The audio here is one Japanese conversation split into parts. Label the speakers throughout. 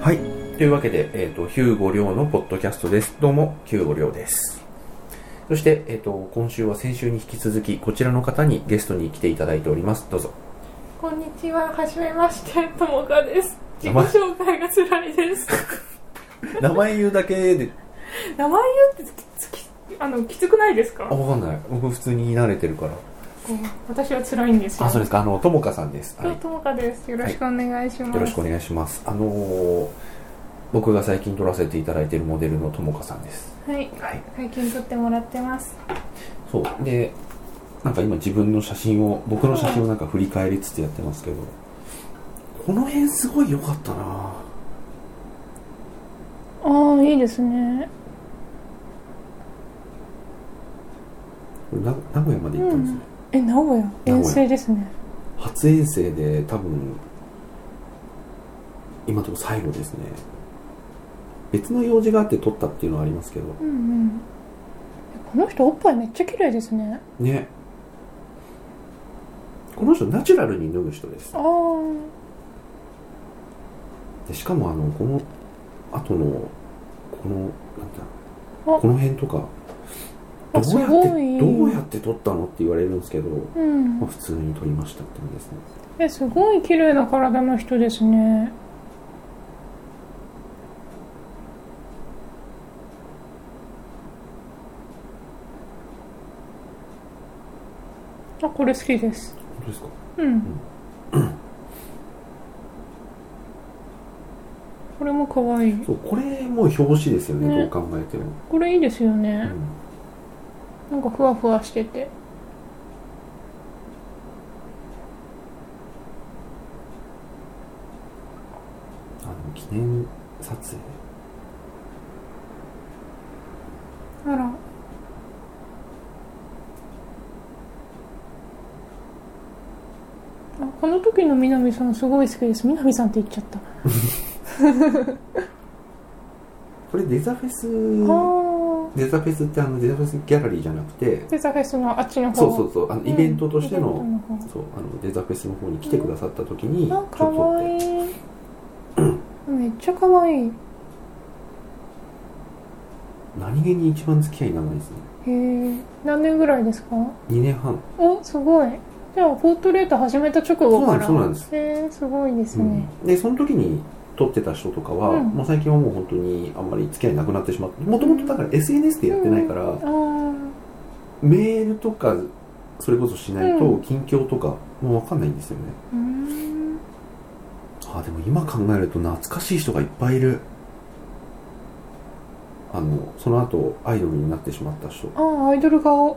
Speaker 1: というわけで、えっ、と、ヒューゴ亮のポッドキャストです。どうも、ヒューゴ亮です。そして、えっ、と、今週は先週に引き続き、こちらの方にゲストに来ていただいております。どう ぞ。
Speaker 2: こんにちは、はじめまして、ともかです。
Speaker 1: 名
Speaker 2: 自己
Speaker 1: 前
Speaker 2: 紹介が辛いです。
Speaker 1: 名前言うだけで、
Speaker 2: 名前言うってきつきあのきつくないですか
Speaker 1: あ、わかんない。僕普通に言い慣れてるから。
Speaker 2: 私は辛いんですよ。
Speaker 1: あ、そうですか。あの、ともかさんです。はい。
Speaker 2: ともかです。よろしくお願いします。
Speaker 1: よろしくお願いします。あのー僕が最近撮らせていただいているモデルのともかさんです。
Speaker 2: はい。
Speaker 1: はい。
Speaker 2: 最近撮ってもらってます。
Speaker 1: そう。で、なんか今自分の写真を、僕の写真をなんか振り返りつつやってますけど、この辺すごい良かったな
Speaker 2: ああ、いいですね。
Speaker 1: これな名古屋まで行ったんですね。
Speaker 2: え、名古屋
Speaker 1: 名古屋
Speaker 2: 遠征ですね。
Speaker 1: 初遠征で多分、今のところ最後ですね。別の用事があって撮ったっていうのはありますけど、
Speaker 2: うんうん。この人おっぱいめっちゃ綺麗ですね。
Speaker 1: ね。この人ナチュラルに脱ぐ人です
Speaker 2: あ。あ。
Speaker 1: でしかもあのこの後のこのなんだ
Speaker 2: あ
Speaker 1: この辺とかどう
Speaker 2: あ
Speaker 1: や
Speaker 2: す
Speaker 1: っ
Speaker 2: ご
Speaker 1: て
Speaker 2: い
Speaker 1: どうやって撮ったのって言われるんですけど、
Speaker 2: う
Speaker 1: まあ、
Speaker 2: ん。
Speaker 1: 普通に撮りましたって感じですね
Speaker 2: え、すごい綺麗な体の人ですね。あ、これ好きです。
Speaker 1: 本当ですか
Speaker 2: うん。これも可愛い。
Speaker 1: そうこれも表紙ですよね
Speaker 2: ね
Speaker 1: どう考えても、
Speaker 2: これいいですよ
Speaker 1: う
Speaker 2: ね。
Speaker 1: ん
Speaker 2: なんかふわふわしてて。
Speaker 1: あの記念撮影
Speaker 2: あら。あこの時の南さんすごい好きです。南さんって言っちゃった。
Speaker 1: これデザフェス
Speaker 2: あ
Speaker 1: デザフェスってあのデザフェスギャラリーじゃなくて
Speaker 2: あ。で、ザフェスのあっちの方。
Speaker 1: そうそうそうあのイベントとしての、
Speaker 2: イベントの方
Speaker 1: そうあのデザフェスの方に来てくださった時にちょ
Speaker 2: あ
Speaker 1: っ、と
Speaker 2: か
Speaker 1: 撮
Speaker 2: わ
Speaker 1: って
Speaker 2: いい。 めっちゃかわいい。へ
Speaker 1: 何気に一番付き合い長いですね
Speaker 2: え。何年ぐらいですか
Speaker 1: 2年半
Speaker 2: お、すごい。じゃあ、ポートレート始めた直後から。
Speaker 1: そうなんです
Speaker 2: へえ、すごいです
Speaker 1: う
Speaker 2: ね。
Speaker 1: ん、でその時に撮ってた人とかは、
Speaker 2: うん
Speaker 1: もう最近はもう本当にあんまり付き合いなくなってしまってもともとだから SNS でやってないから、
Speaker 2: うんあ
Speaker 1: メールとかそれこそしないと
Speaker 2: うん
Speaker 1: 近況とかもう分かんないんですよね、
Speaker 2: あ。うん。
Speaker 1: あでも今考えると懐かしい人がいっぱいいるあのその後アイドルになってしまった人、うん、
Speaker 2: ああ、アイドル顔。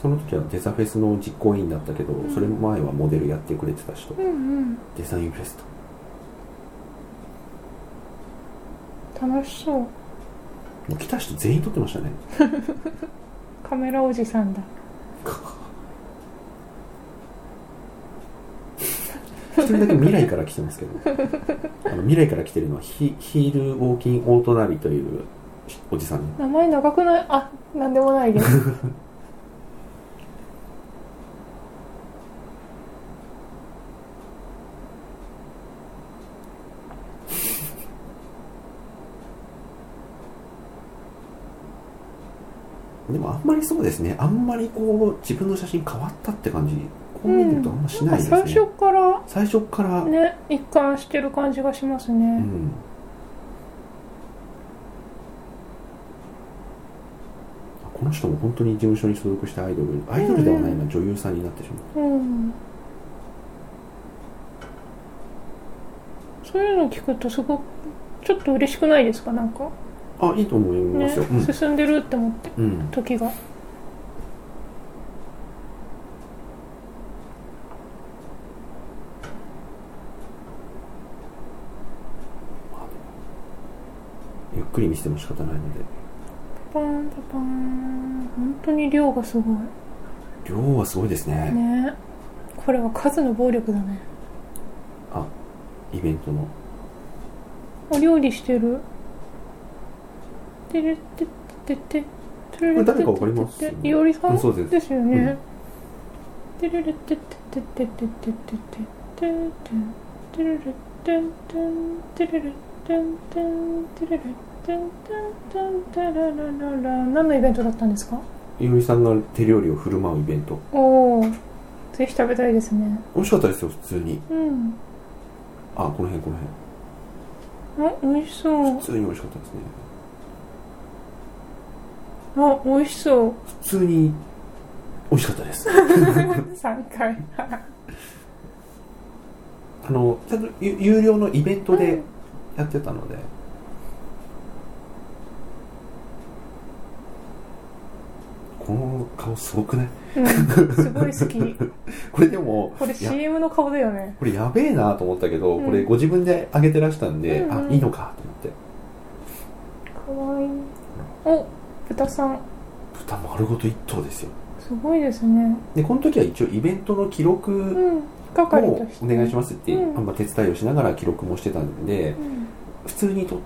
Speaker 1: その時はデザフェスの実行委員だったけど、
Speaker 2: ん
Speaker 1: それ前はモデルやってくれてた人
Speaker 2: うんうん。
Speaker 1: デザインフェスト
Speaker 2: 楽しそう
Speaker 1: もう来た人全員撮ってましたね
Speaker 2: カメラおじさんだ
Speaker 1: 一人だけ未来から来てますけどあの未来から来てるのはヒヒールウォーキンオートナビというおじさん
Speaker 2: 名前長くないあなんでもないです
Speaker 1: でもあんまりそうですねあんまりこう自分の写真変わったって感じこう見るとあんましないですね、
Speaker 2: 最初から
Speaker 1: 最初から、
Speaker 2: ね一貫してる感じがします
Speaker 1: う
Speaker 2: ね、
Speaker 1: んこの人も本当に事務所に所属してアイドルアイドルではないな、女優さんになってしまう
Speaker 2: うん、そういうの聞くとすごくちょっと嬉しくないですかなんか
Speaker 1: あいいと思いま
Speaker 2: ね
Speaker 1: すよ、
Speaker 2: 進んでるって思って
Speaker 1: うん、うん、
Speaker 2: 時が
Speaker 1: ゆっくり見せても仕方ないので
Speaker 2: パンパパーン本当に量がすごい
Speaker 1: 量はすごいですね
Speaker 2: ねこれは数の暴力だね
Speaker 1: イベントの
Speaker 2: お料理してる。てれてってて。こ
Speaker 1: れ誰かわかります
Speaker 2: いおりさ
Speaker 1: うんんそうです
Speaker 2: ですよね。てれれてってててててててててんてんてるるてんてんてるるてんてんてるるてんてんてんてらららら何のイベントだったんですか
Speaker 1: いおりさんが手料理を振る舞うイベント
Speaker 2: おおぜひ食べたいですね
Speaker 1: 美味しかったですよ普通に
Speaker 2: うん
Speaker 1: あこの辺この辺
Speaker 2: あ美味しそう
Speaker 1: 普通に美味しかったですね
Speaker 2: あ美味しそう
Speaker 1: 普通に美味しかったです
Speaker 2: 3回
Speaker 1: あのちゃんと有有料のイベント
Speaker 2: う
Speaker 1: で
Speaker 2: ん
Speaker 1: やってたので、この顔すごくない
Speaker 2: うんすごい好き
Speaker 1: これでも
Speaker 2: これ
Speaker 1: いや
Speaker 2: CM の顔だよね
Speaker 1: これやべえなと思ったけど、
Speaker 2: うん
Speaker 1: これご自分で上げてらしたんで、
Speaker 2: うんうん
Speaker 1: あいいのかと思って
Speaker 2: かわいいお豚さん
Speaker 1: 豚丸ごと一頭ですよ
Speaker 2: すごいですね
Speaker 1: でこの時は一応イベントの記録も
Speaker 2: うん係と
Speaker 1: お
Speaker 2: して
Speaker 1: 願いしますって、
Speaker 2: うん
Speaker 1: あんま手伝いをしながら記録もしてたんで
Speaker 2: うん
Speaker 1: 普通にと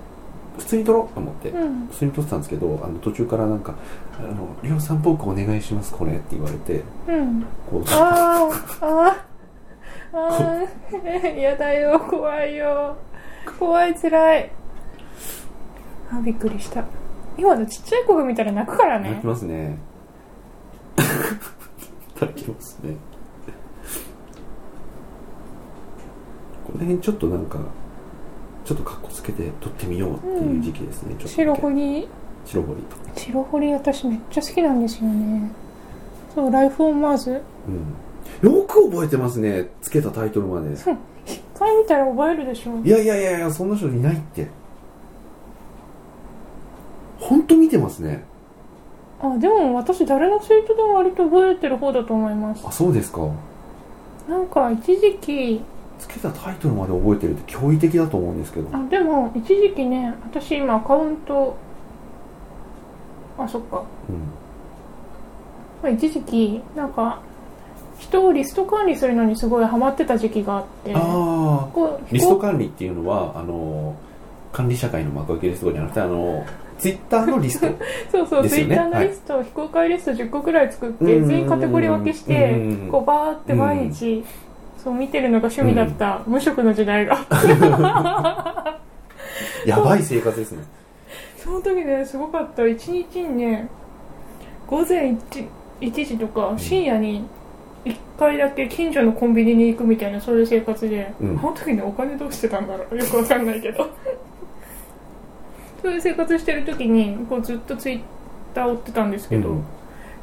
Speaker 1: 普通に撮ろうと思って、
Speaker 2: うん
Speaker 1: 普通に撮ってたんですけどあの途中からなんか「あの量産ポークお願いしますこれ」って言われて
Speaker 2: うん
Speaker 1: こう
Speaker 2: あーあーあーやだよ怖いよ怖いつらいあびっくりした今のちっちゃい子が見たら泣くから
Speaker 1: 泣
Speaker 2: ね
Speaker 1: きますね 泣きますねこの辺ちょっとなんかちょっとかっこつけて撮ってみようっていう時期ですね、ちょっと
Speaker 2: 白堀
Speaker 1: 白堀と
Speaker 2: 白堀私めっちゃ好きなんですよねそうライフ・オン・マーズ
Speaker 1: うんよく覚えてますねつけたタイトルまで
Speaker 2: 一回見たら覚えるでしょ
Speaker 1: いやいやいやいやそんな人いないってほんと見てますね
Speaker 2: あでも私誰のツイートでも割と覚えてる方だと思います
Speaker 1: あそうですか
Speaker 2: なんか一時期
Speaker 1: つけたタイトルまで覚えてるって驚異的だと思うんですけど
Speaker 2: あでも一時期ね私今アカウントあそっか
Speaker 1: うん
Speaker 2: まあ一時期なんか人をリスト管理するのにすごいハマってた時期があって
Speaker 1: ああ
Speaker 2: こう
Speaker 1: リスト管理っていうのはあの管理社会の幕開けですとかじゃなくてあのツイッターのリ スト
Speaker 2: そうそう、
Speaker 1: です
Speaker 2: ツイ
Speaker 1: よね
Speaker 2: ッターのリスト、非公開リスト10個くらい作って、
Speaker 1: うんうんうん
Speaker 2: 全員カテゴリー分けして
Speaker 1: うんうんう、ん
Speaker 2: こうバーって毎日、そう見てるのが趣味だった無職の時代が、
Speaker 1: やばい生活ですね
Speaker 2: その時ね、すごかった。一日にね、午前 1, 1時とか深夜に1回だけ近所のコンビニに行くみたいな、そういう生活で、
Speaker 1: うん
Speaker 2: あの時ね、お金どうしてたんだろう。よくわかんないけど。 そういう生活してる時に、こうずっとツイッター追ってたんですけど、
Speaker 1: うん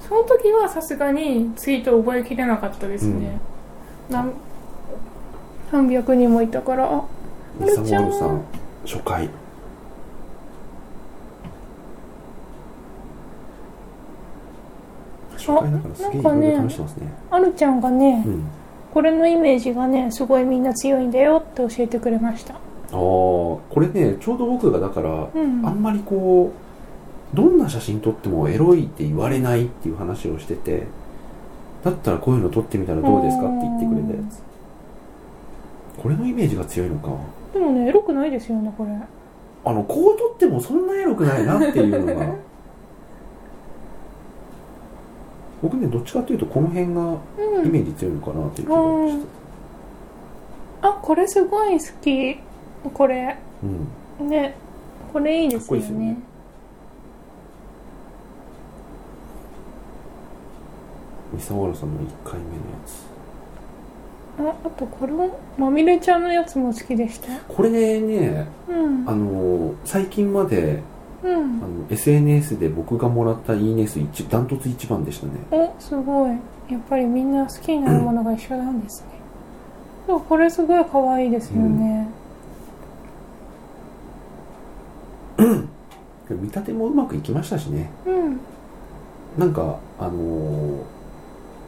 Speaker 2: その時はさすがにツイートを覚えきれなかったですね。なん何百人もいたから、あ、
Speaker 1: ミサモ
Speaker 2: ちゃん
Speaker 1: ールさん初回初回だからすげえい
Speaker 2: なんかね
Speaker 1: ろいろ試してますね
Speaker 2: あるちゃんがね
Speaker 1: う、ん
Speaker 2: これのイメージがね、すごいみんな強いんだよって教えてくれました。
Speaker 1: ああこれねちょうど僕がだから、
Speaker 2: うん。
Speaker 1: あんまりこうどんな写真撮ってもエロいって言われないっていう話をしててだったらこういうの撮ってみたらどうですかって言ってくれたやつこれのイメージが強いのか
Speaker 2: でもね、エロくないですよね、これ。
Speaker 1: あのこう撮ってもそんなエロくないなっていうのが僕ねどっちかっていうとこの辺が
Speaker 2: う
Speaker 1: イ
Speaker 2: ん。
Speaker 1: メージ強いのかなっていう気がして、
Speaker 2: あ、これすごい好き。これ。
Speaker 1: うん、
Speaker 2: ね。これいいですよね。
Speaker 1: かっこいいですよね三沢原さんの1回目のやつ
Speaker 2: あ、あとこれも、まみれちゃんのやつも好きでした。
Speaker 1: これね
Speaker 2: うん
Speaker 1: あ。の最近まで
Speaker 2: うん
Speaker 1: あ。の SNS で僕がもらったいいね数一ダントツ一番でしたね
Speaker 2: おすごいやっぱりみんな好きになるものが一緒なんですね、でもこれすごい可愛いですよね、
Speaker 1: 見立てもうまくいきましたしね
Speaker 2: うん、
Speaker 1: なんかあのー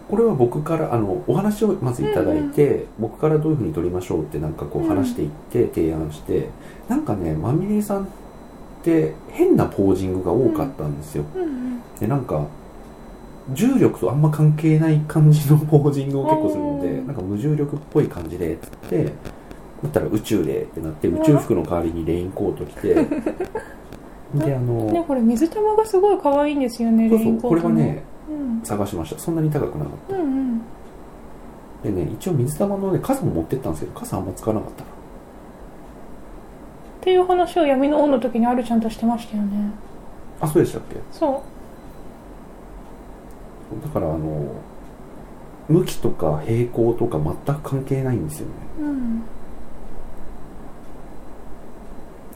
Speaker 1: これは僕からあのお話をまずいただいて、僕からどういうふうに撮りましょうってなんかこ
Speaker 2: う
Speaker 1: うん話していって提案して、なんかねまみれさんって変なポージングが多かったんですよ、
Speaker 2: うんうん
Speaker 1: でなんか重力とあんま関係ない感じのポージングを結構するの
Speaker 2: う
Speaker 1: で
Speaker 2: ん
Speaker 1: なんか無重力っぽい感じでっつってだったら宇宙でってなって宇宙服の代わりにレインコート着 てであ
Speaker 2: で
Speaker 1: の
Speaker 2: これ水玉がすごい可愛いんですよね
Speaker 1: そう
Speaker 2: レ
Speaker 1: そ
Speaker 2: イ
Speaker 1: う
Speaker 2: ンコ
Speaker 1: こ
Speaker 2: ー
Speaker 1: れ
Speaker 2: ト
Speaker 1: は
Speaker 2: の
Speaker 1: ね
Speaker 2: うん
Speaker 1: 探しましたそんなに高くなかっ
Speaker 2: うんうん
Speaker 1: でね一応水玉のね傘も持ってったんですけど傘あんま使わなかったな
Speaker 2: ていう話を闇の王の時にあるちゃんとしてましたよね
Speaker 1: あそうでしたっけ
Speaker 2: そう
Speaker 1: だからあの向きとか平行とか全く関係ないんですよね
Speaker 2: うん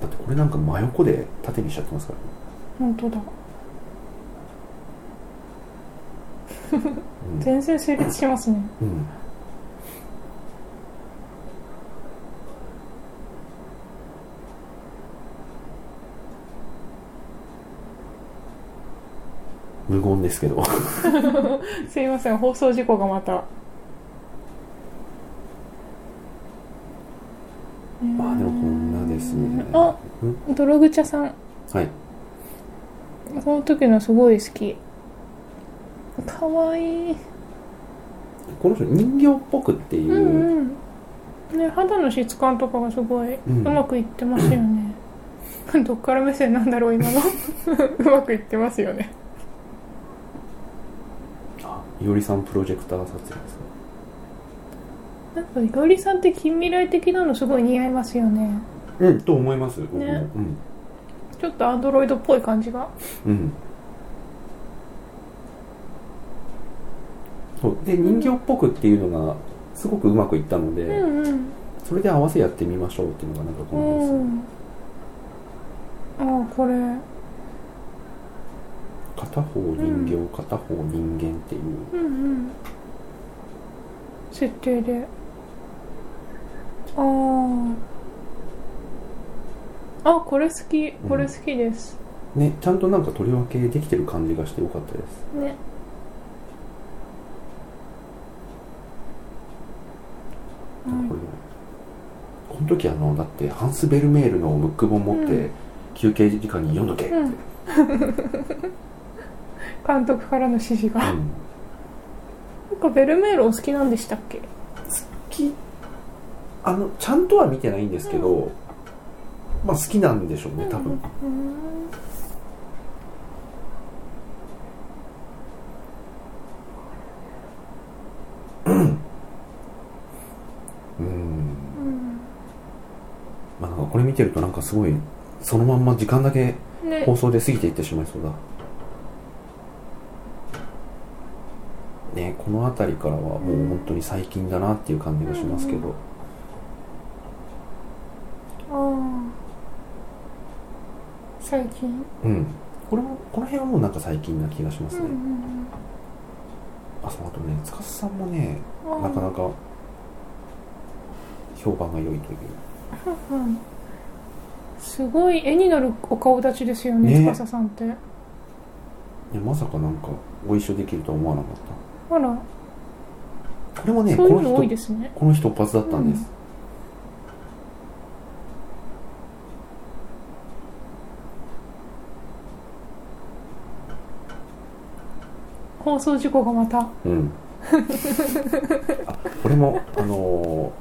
Speaker 1: だってこれなんか真横で縦にしちゃってますからね
Speaker 2: 本当だ
Speaker 1: うん
Speaker 2: 全然成立しますね
Speaker 1: うん無言ですけど
Speaker 2: すいません放送事故がまた
Speaker 1: まあでもこんなですね
Speaker 2: あ
Speaker 1: うん
Speaker 2: 泥ぐちゃさん
Speaker 1: はい
Speaker 2: この時のすごい好きかわいい
Speaker 1: この人人形っぽくっていうう、
Speaker 2: んうんね肌の質感とかがすごい、う
Speaker 1: うん
Speaker 2: まくいってますよね どっから目線なんだろう今の うまくいってますよね
Speaker 1: あいおりさんプロジェクター撮影ですね
Speaker 2: なんかいおりさんって近未来的なのすごい似合いますよね
Speaker 1: うんと思います僕も、
Speaker 2: ね
Speaker 1: うん
Speaker 2: ちょっとアンドロイドっぽい感じが
Speaker 1: うんそうで人形っぽくっていうのがすごくうまくいったので、
Speaker 2: うんうん
Speaker 1: それで合わせやってみましょうっていうのがなんかこ
Speaker 2: う
Speaker 1: の辺ですね
Speaker 2: んああこれ
Speaker 1: 片方人形、片方人間っていう
Speaker 2: うんうん設定であーあこれ好きこれ好きです、
Speaker 1: ねちゃんとなんか取り分けできてる感じがしてよかったです
Speaker 2: ね
Speaker 1: これ
Speaker 2: はい
Speaker 1: この時あのだってハンス・ベルメールのムック本持っ
Speaker 2: う
Speaker 1: て休憩時間に読んどけって、
Speaker 2: うん監督からの指示が
Speaker 1: うん
Speaker 2: なんかベルメールお好きなんでしたっけ
Speaker 1: きあのちゃんとは見てないんですけど、まあ好きなんでしょうね多分、
Speaker 2: うん
Speaker 1: うん
Speaker 2: うん
Speaker 1: まあなんかこれ見てるとなんかすごいそのまんま時間だけ
Speaker 2: ね
Speaker 1: 放送で過ぎていってしまいそうだねこの辺りからはもう本当に最近だなっていう感じがしますけど、
Speaker 2: あー最近
Speaker 1: うんこれもこの辺はもうなんか最近な気がします
Speaker 2: う
Speaker 1: ね、
Speaker 2: んうん
Speaker 1: あそうあとね司さんもね
Speaker 2: うんあー
Speaker 1: なかなか評判が良いという
Speaker 2: うんすごい絵になるお顔立ちですよね
Speaker 1: ね
Speaker 2: 司さんって
Speaker 1: いやまさかなんかご一緒できるとは思わなかっ
Speaker 2: あら
Speaker 1: たこれもね
Speaker 2: そうい
Speaker 1: こ
Speaker 2: うの多
Speaker 1: の
Speaker 2: い
Speaker 1: 人
Speaker 2: ですね
Speaker 1: この人一発だったんです、
Speaker 2: 放送事故がまた
Speaker 1: うん。あ、これも、あの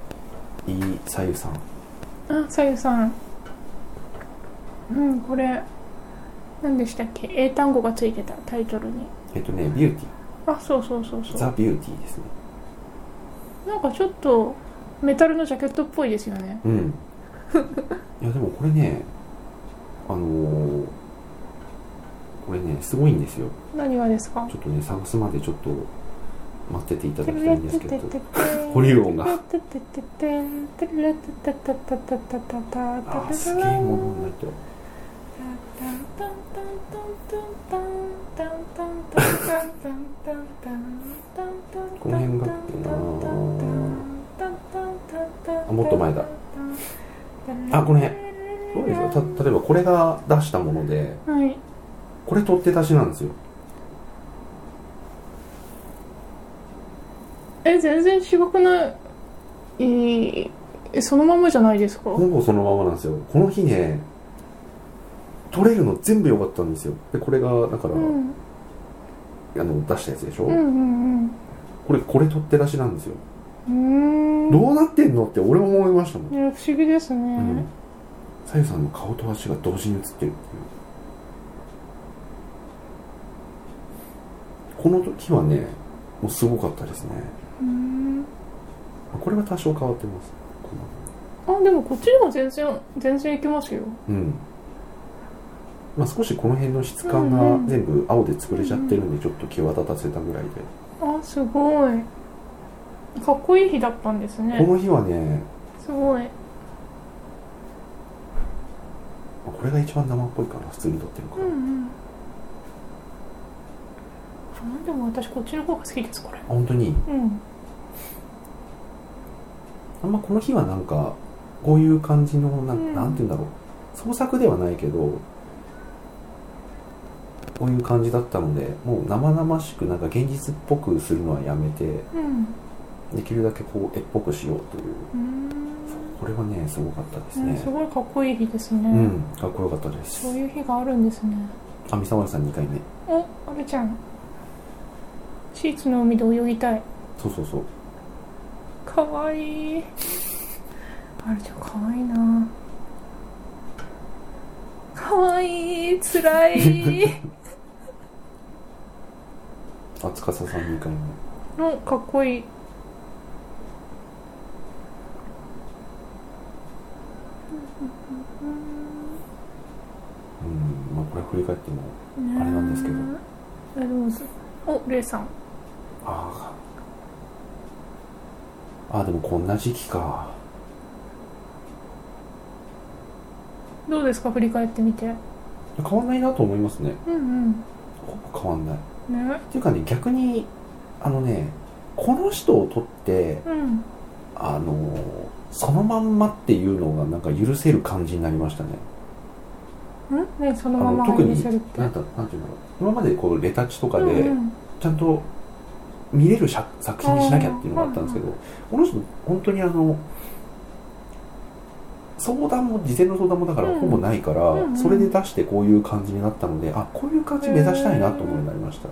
Speaker 1: ー、いいさゆさん。
Speaker 2: あさゆさんうんこれ何でしたっけ英単語がついてたタイトルに
Speaker 1: えっとね、ビューテ
Speaker 2: あそうそうそうそ
Speaker 1: ィー。
Speaker 2: う
Speaker 1: ザ・ビューティーですね。
Speaker 2: なんかちょっとメタルのジャケットっぽいですよね
Speaker 1: うん。いや、でもこれね、あのー、これね、すごいんですよ。
Speaker 2: 何がですか
Speaker 1: ちょっとね、探すまでちょっと待ってていた
Speaker 2: て
Speaker 1: だき
Speaker 2: れ
Speaker 1: たい
Speaker 2: れ
Speaker 1: んで
Speaker 2: て
Speaker 1: す
Speaker 2: て
Speaker 1: け
Speaker 2: て
Speaker 1: ど
Speaker 2: て、て
Speaker 1: 保留音が。
Speaker 2: ててててんてれれててててて
Speaker 1: あ
Speaker 2: ててて
Speaker 1: ー、
Speaker 2: て
Speaker 1: すげえものになってる。
Speaker 2: この辺があってなあもっと前だあ
Speaker 1: あ、
Speaker 2: こ
Speaker 1: こ
Speaker 2: の
Speaker 1: の
Speaker 2: 辺
Speaker 1: 辺
Speaker 2: ど
Speaker 1: ど
Speaker 2: う
Speaker 1: うで
Speaker 2: で
Speaker 1: すす
Speaker 2: か
Speaker 1: かた例えばこれが出したもので、
Speaker 2: はい
Speaker 1: これ取って出しなんですよ。
Speaker 2: え全然違くないいいえそのままじゃないですか
Speaker 1: ほぼそのままなんですよこの日ね取れるの全部良かったんですよでこれがだから、
Speaker 2: うん
Speaker 1: あの出したやつでしょ、
Speaker 2: うんうん
Speaker 1: これこれ取って出しなんですよ、
Speaker 2: うんうーん
Speaker 1: どうなってんのって俺も思いましたもん、
Speaker 2: いや不思議です
Speaker 1: うん
Speaker 2: ね
Speaker 1: さゆさんの顔と足が同時に映ってるっていうこの時はねもうすごかったですね
Speaker 2: うーん
Speaker 1: これは多少変わってますこの
Speaker 2: あでもこっちでも全然全然いけますよ
Speaker 1: うんまあ少しこの辺の質感が全部青で潰れちゃってるんでちょっと際立たせたぐらいで、
Speaker 2: あすごいかっこいい日だったんですね
Speaker 1: この日はね
Speaker 2: すごい
Speaker 1: これが一番生っぽいかな普通に撮ってるか
Speaker 2: う
Speaker 1: ら、
Speaker 2: んうんあでも私こっちの方が好きですこれ
Speaker 1: 本当に
Speaker 2: うん
Speaker 1: あんまこの日はなんかこういう感じのなん,、
Speaker 2: うん
Speaker 1: なんて言うんだろう創作ではないけどこういう感じだったのでもう生々しくなんか現実っぽくするのはやめて
Speaker 2: うん
Speaker 1: できるだけこう絵っぽくしようという
Speaker 2: うーん
Speaker 1: これはねすごかったです
Speaker 2: ね
Speaker 1: ね
Speaker 2: すごいかっこいい日ですね、
Speaker 1: うんかっこよかったで
Speaker 2: そう
Speaker 1: す
Speaker 2: いう日があるんですね
Speaker 1: あ三沢さん2回目
Speaker 2: おあるちゃんシーツの海で泳ぎたい
Speaker 1: そうそうそう
Speaker 2: かわいいあるちゃんかわいいなかわいいつらい
Speaker 1: あ司さん2回目
Speaker 2: のかっこいい
Speaker 1: うんまあこれ振り返っても
Speaker 2: ねえ
Speaker 1: あれなんですけど
Speaker 2: あでもすおレイさん
Speaker 1: あああでもこんな時期か
Speaker 2: どうですか振り返ってみて
Speaker 1: 変わんないなと思いますね
Speaker 2: うん
Speaker 1: ほぼ変わんないっ
Speaker 2: うんね
Speaker 1: ていうかね逆にあのねこの人を撮って
Speaker 2: うん
Speaker 1: あのーそのまんまっていうのがなんか許せる感じになりましたね
Speaker 2: んねその
Speaker 1: あ
Speaker 2: ま
Speaker 1: の
Speaker 2: ま
Speaker 1: 特
Speaker 2: 入
Speaker 1: に
Speaker 2: りせるって
Speaker 1: なんだなんていうんだろう今までこうレタッチとか
Speaker 2: うん
Speaker 1: で
Speaker 2: うん
Speaker 1: ちゃんと見れる作作品にしなきゃっていうのがあったんですけどこの人本当にあの相談も事前の相談もだから
Speaker 2: うん
Speaker 1: ほぼないから、
Speaker 2: うんうん
Speaker 1: それで出してこういう感じになったのであこういう感じ目指したいなと思うようになりました、ま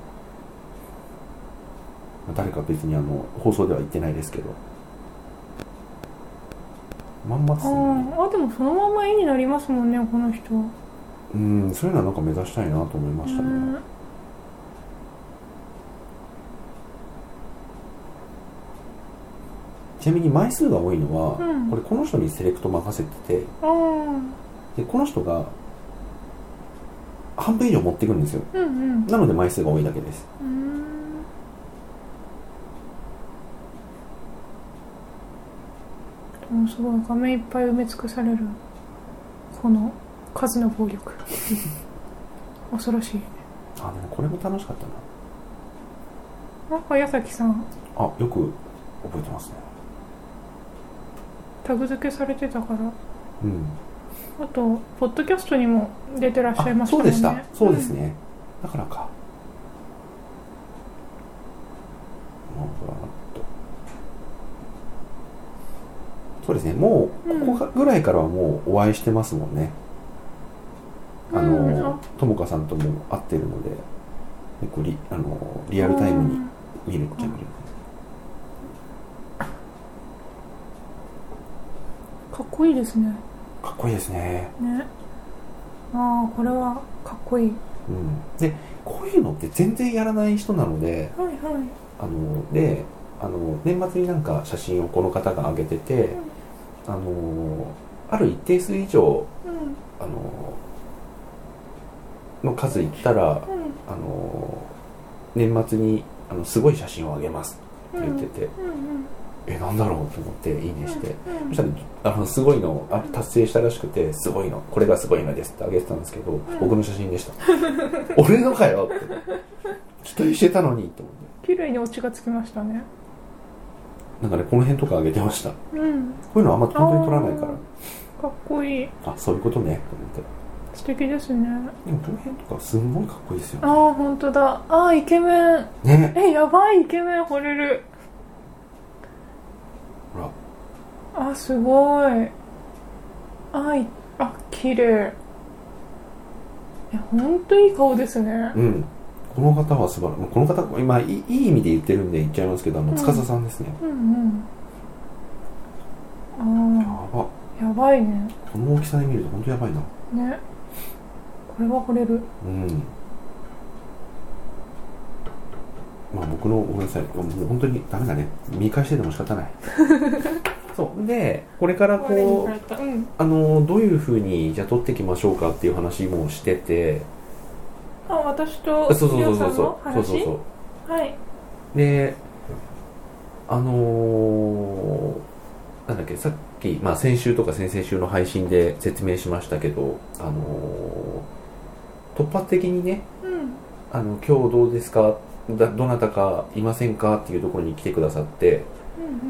Speaker 1: あ誰か別にあの放送では言ってないですけどまんまですね
Speaker 2: あーあでもそのまま絵になりますもんねこの人
Speaker 1: うんそういうのはなんか目指したいなと思いましたね、
Speaker 2: ね
Speaker 1: ちなみに枚数が多いのは、
Speaker 2: うん
Speaker 1: これこの人にセレクト任せてて
Speaker 2: ああうん
Speaker 1: でこの人が半分以上持ってくるんですよ
Speaker 2: うん
Speaker 1: なので枚数が多いだけです
Speaker 2: うーんでもすごい画面いっぱい埋め尽くされるこの数の暴力 恐ろしい
Speaker 1: あでもこれも楽しかったな
Speaker 2: なんか矢崎さん
Speaker 1: あよく覚えてますね
Speaker 2: タグ付けされてたから
Speaker 1: うん
Speaker 2: あとポッドキャストにも出てらっしゃいま
Speaker 1: あ
Speaker 2: した
Speaker 1: そ
Speaker 2: も
Speaker 1: うん
Speaker 2: ね
Speaker 1: でしたそうですね、だからかモンブランとそうですねも
Speaker 2: う
Speaker 1: うんここがぐらいからはもうお会いしてますもんね、
Speaker 2: うん
Speaker 1: あ
Speaker 2: うん
Speaker 1: の
Speaker 2: あ
Speaker 1: ともかさんとも会ってるので結構リあのリアルタイムに見るっちゃ見れる
Speaker 2: かっこいいですね
Speaker 1: かっこいいですね
Speaker 2: ねああこれはかっこいい
Speaker 1: うんでこういうのって全然やらない人なので
Speaker 2: はいはい
Speaker 1: あのであの年末になんか写真をこの方が上げてて、あのある一定数以上
Speaker 2: うん
Speaker 1: あのの数いったら
Speaker 2: うん
Speaker 1: あの年末にあのすごい写真をあげますって言ってて、
Speaker 2: うんうん
Speaker 1: えなんだろうと思っていいねして、
Speaker 2: うん
Speaker 1: そしたらあのすごいのあ達成したらしくてすごいのこれがすごいのですってあげてたんですけど、僕の写真でした 俺のかよって期待してたのにって思って
Speaker 2: 綺麗にオチがつきましたね
Speaker 1: なんかねこの辺とかあげてましたこ
Speaker 2: うん
Speaker 1: ういうのあんま本当に撮らないから
Speaker 2: かっこいい
Speaker 1: あそういうことねと思って
Speaker 2: 素敵ですね
Speaker 1: でもこの辺とかすんごいかっこいいですよ
Speaker 2: ああ本当だああイケメン
Speaker 1: ね
Speaker 2: えやばいイケメン惚れる
Speaker 1: ほら
Speaker 2: あすごいあいあ綺麗いや本当いい顔ですね
Speaker 1: うんこの方は素晴らしいこの方今いいいい意味で言ってるんで言っちゃいますけどあの
Speaker 2: うん
Speaker 1: 司さんですね、
Speaker 2: うんうん
Speaker 1: や
Speaker 2: あ
Speaker 1: ば
Speaker 2: あやばいね
Speaker 1: この大きさで見ると本当やばいな
Speaker 2: ねこれは惚れる
Speaker 1: うんまあ、僕のごめんなさいもう本当にダメだね見返してても仕 方ないそうでこれから
Speaker 2: 我に
Speaker 1: こ
Speaker 2: 振
Speaker 1: う
Speaker 2: られたうん
Speaker 1: あのどういうふうにじゃあ撮っていきましょうかっていう話もしてて
Speaker 2: あ私と
Speaker 1: そうそう
Speaker 2: り
Speaker 1: そ
Speaker 2: ょ
Speaker 1: う
Speaker 2: う
Speaker 1: そ
Speaker 2: さ
Speaker 1: うん
Speaker 2: の
Speaker 1: そうそうそう
Speaker 2: 話
Speaker 1: そう
Speaker 2: はい
Speaker 1: であのーなんだっけさっき、まあ、先週とか先々週の配信で説明しましたけど、あのー突発的にね
Speaker 2: うん
Speaker 1: あの「今日どうですかだどなたかいませんか?」っていうところに来てくださって
Speaker 2: う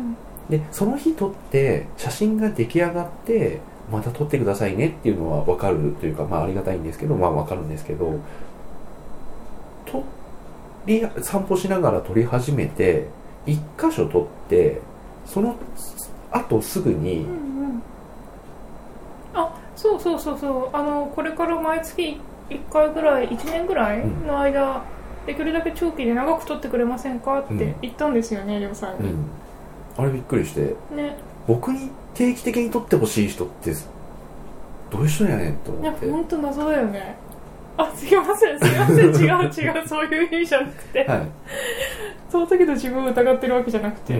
Speaker 2: ん
Speaker 1: でその日撮って写真が出来上がってまた撮ってくださいねっていうのは分かるというか、まあ、ありがたいんですけど、まあ、分かるんですけど撮り散歩しながら撮り始めて一箇所撮ってそのあとすぐに
Speaker 2: うんうんうんあそうそうそうそうあのこれから毎月1回ぐらい1年ぐらい
Speaker 1: うん
Speaker 2: の間、できるだけ長期で長く取ってくれませんかっ
Speaker 1: う
Speaker 2: て
Speaker 1: ん
Speaker 2: 言ったんですよね、りょうさん
Speaker 1: う
Speaker 2: に、
Speaker 1: んあれびっくりして
Speaker 2: ね
Speaker 1: 僕に定期的に撮ってほしい人ってどういう人やねんと
Speaker 2: い
Speaker 1: 思
Speaker 2: や
Speaker 1: って。
Speaker 2: 本当謎だよねあすいませんすいません違う違うそういう意味じゃなくて、
Speaker 1: はい
Speaker 2: その時の自分を疑ってるわけじゃなくて、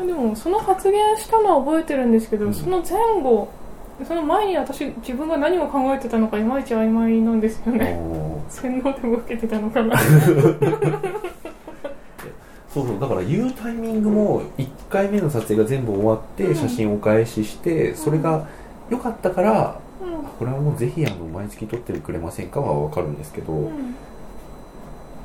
Speaker 1: うん
Speaker 2: でもその発言したのは覚えてるんですけど、
Speaker 1: うん
Speaker 2: その前後その前に私自分が何を考えてたのかいまいち曖昧なんですよ
Speaker 1: あ
Speaker 2: ね
Speaker 1: の
Speaker 2: 洗脳でも受けてたのかな
Speaker 1: そうそうだから言うタイミングも1回目の撮影が全部終わって、
Speaker 2: うん
Speaker 1: 写真お返ししてそれが良かったから
Speaker 2: う
Speaker 1: これはもうぜひあの毎月撮ってくれませんかは分かるんですけど、
Speaker 2: んうん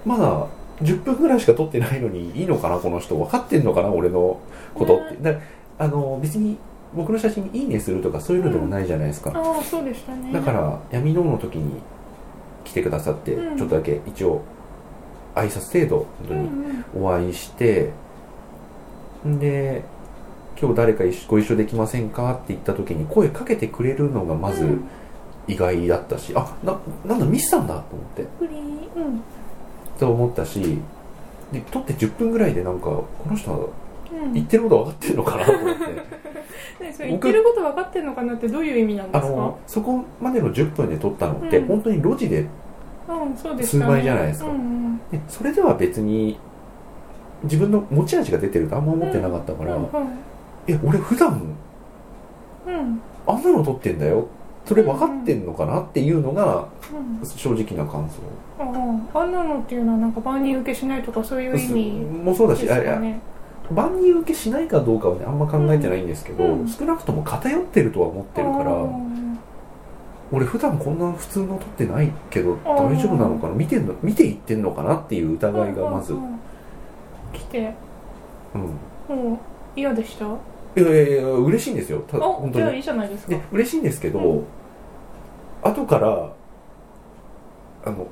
Speaker 1: まだ10分ぐらいしか撮ってないのにいいのかなこの人分かってんのかな俺のことって、だあの別に僕の写真に「いいね」するとかそういうのでもないじゃないですか、
Speaker 2: ああそうでしたね
Speaker 1: だから闇のの時に来てくださって、
Speaker 2: うん
Speaker 1: ちょっとだけ一応挨拶程度本当
Speaker 2: う
Speaker 1: に、
Speaker 2: んうん
Speaker 1: お会いしてんで今日誰か一緒ご一緒できませんかって言った時に声かけてくれるのがま
Speaker 2: う
Speaker 1: ず
Speaker 2: ん
Speaker 1: 意外だったし、あななんだミスさんだと思って
Speaker 2: プリンうん
Speaker 1: と思ったしで撮って10分ぐらいでなんかこの人は
Speaker 2: うん
Speaker 1: 言ってること分かってるのかなと思って
Speaker 2: ねそれ言ってること分かってるのかなってどういう意味なんで
Speaker 1: あ
Speaker 2: すか
Speaker 1: のそこまでの10分で撮ったのって、
Speaker 2: うん
Speaker 1: 本当に路地で
Speaker 2: うんそうでしたね
Speaker 1: 数倍じゃないですか
Speaker 2: うんうん
Speaker 1: でそれでは別に自分の持ち味が出てるとあんま思ってなかったから、
Speaker 2: う
Speaker 1: え俺普段
Speaker 2: んうん
Speaker 1: あんなの撮ってんだよそれ分かってんのかなっていうのが
Speaker 2: うん
Speaker 1: 正直な感想、
Speaker 2: うんああんなのっていうのはなんか万人受けしないとかそういう意味
Speaker 1: もうそうだ
Speaker 2: です
Speaker 1: し、
Speaker 2: か
Speaker 1: あれ
Speaker 2: ね
Speaker 1: 万人受けしないかどうかはねあんま考えてないんですけど、
Speaker 2: うんうん
Speaker 1: 少なくとも偏ってるとは思ってるから、
Speaker 2: あー
Speaker 1: 俺普段こんな普通の撮ってないけど
Speaker 2: あー
Speaker 1: 大丈夫なのかな見てんの見ていってんのかなっていう疑いがまず、
Speaker 2: う
Speaker 1: うん
Speaker 2: うんうん来て
Speaker 1: ん、
Speaker 2: もう嫌でしたあ
Speaker 1: いやいやいや嬉しいんですよただ本当
Speaker 2: じゃあい
Speaker 1: に
Speaker 2: いじゃないですか
Speaker 1: で嬉しいんですけど、
Speaker 2: うん
Speaker 1: 後からあの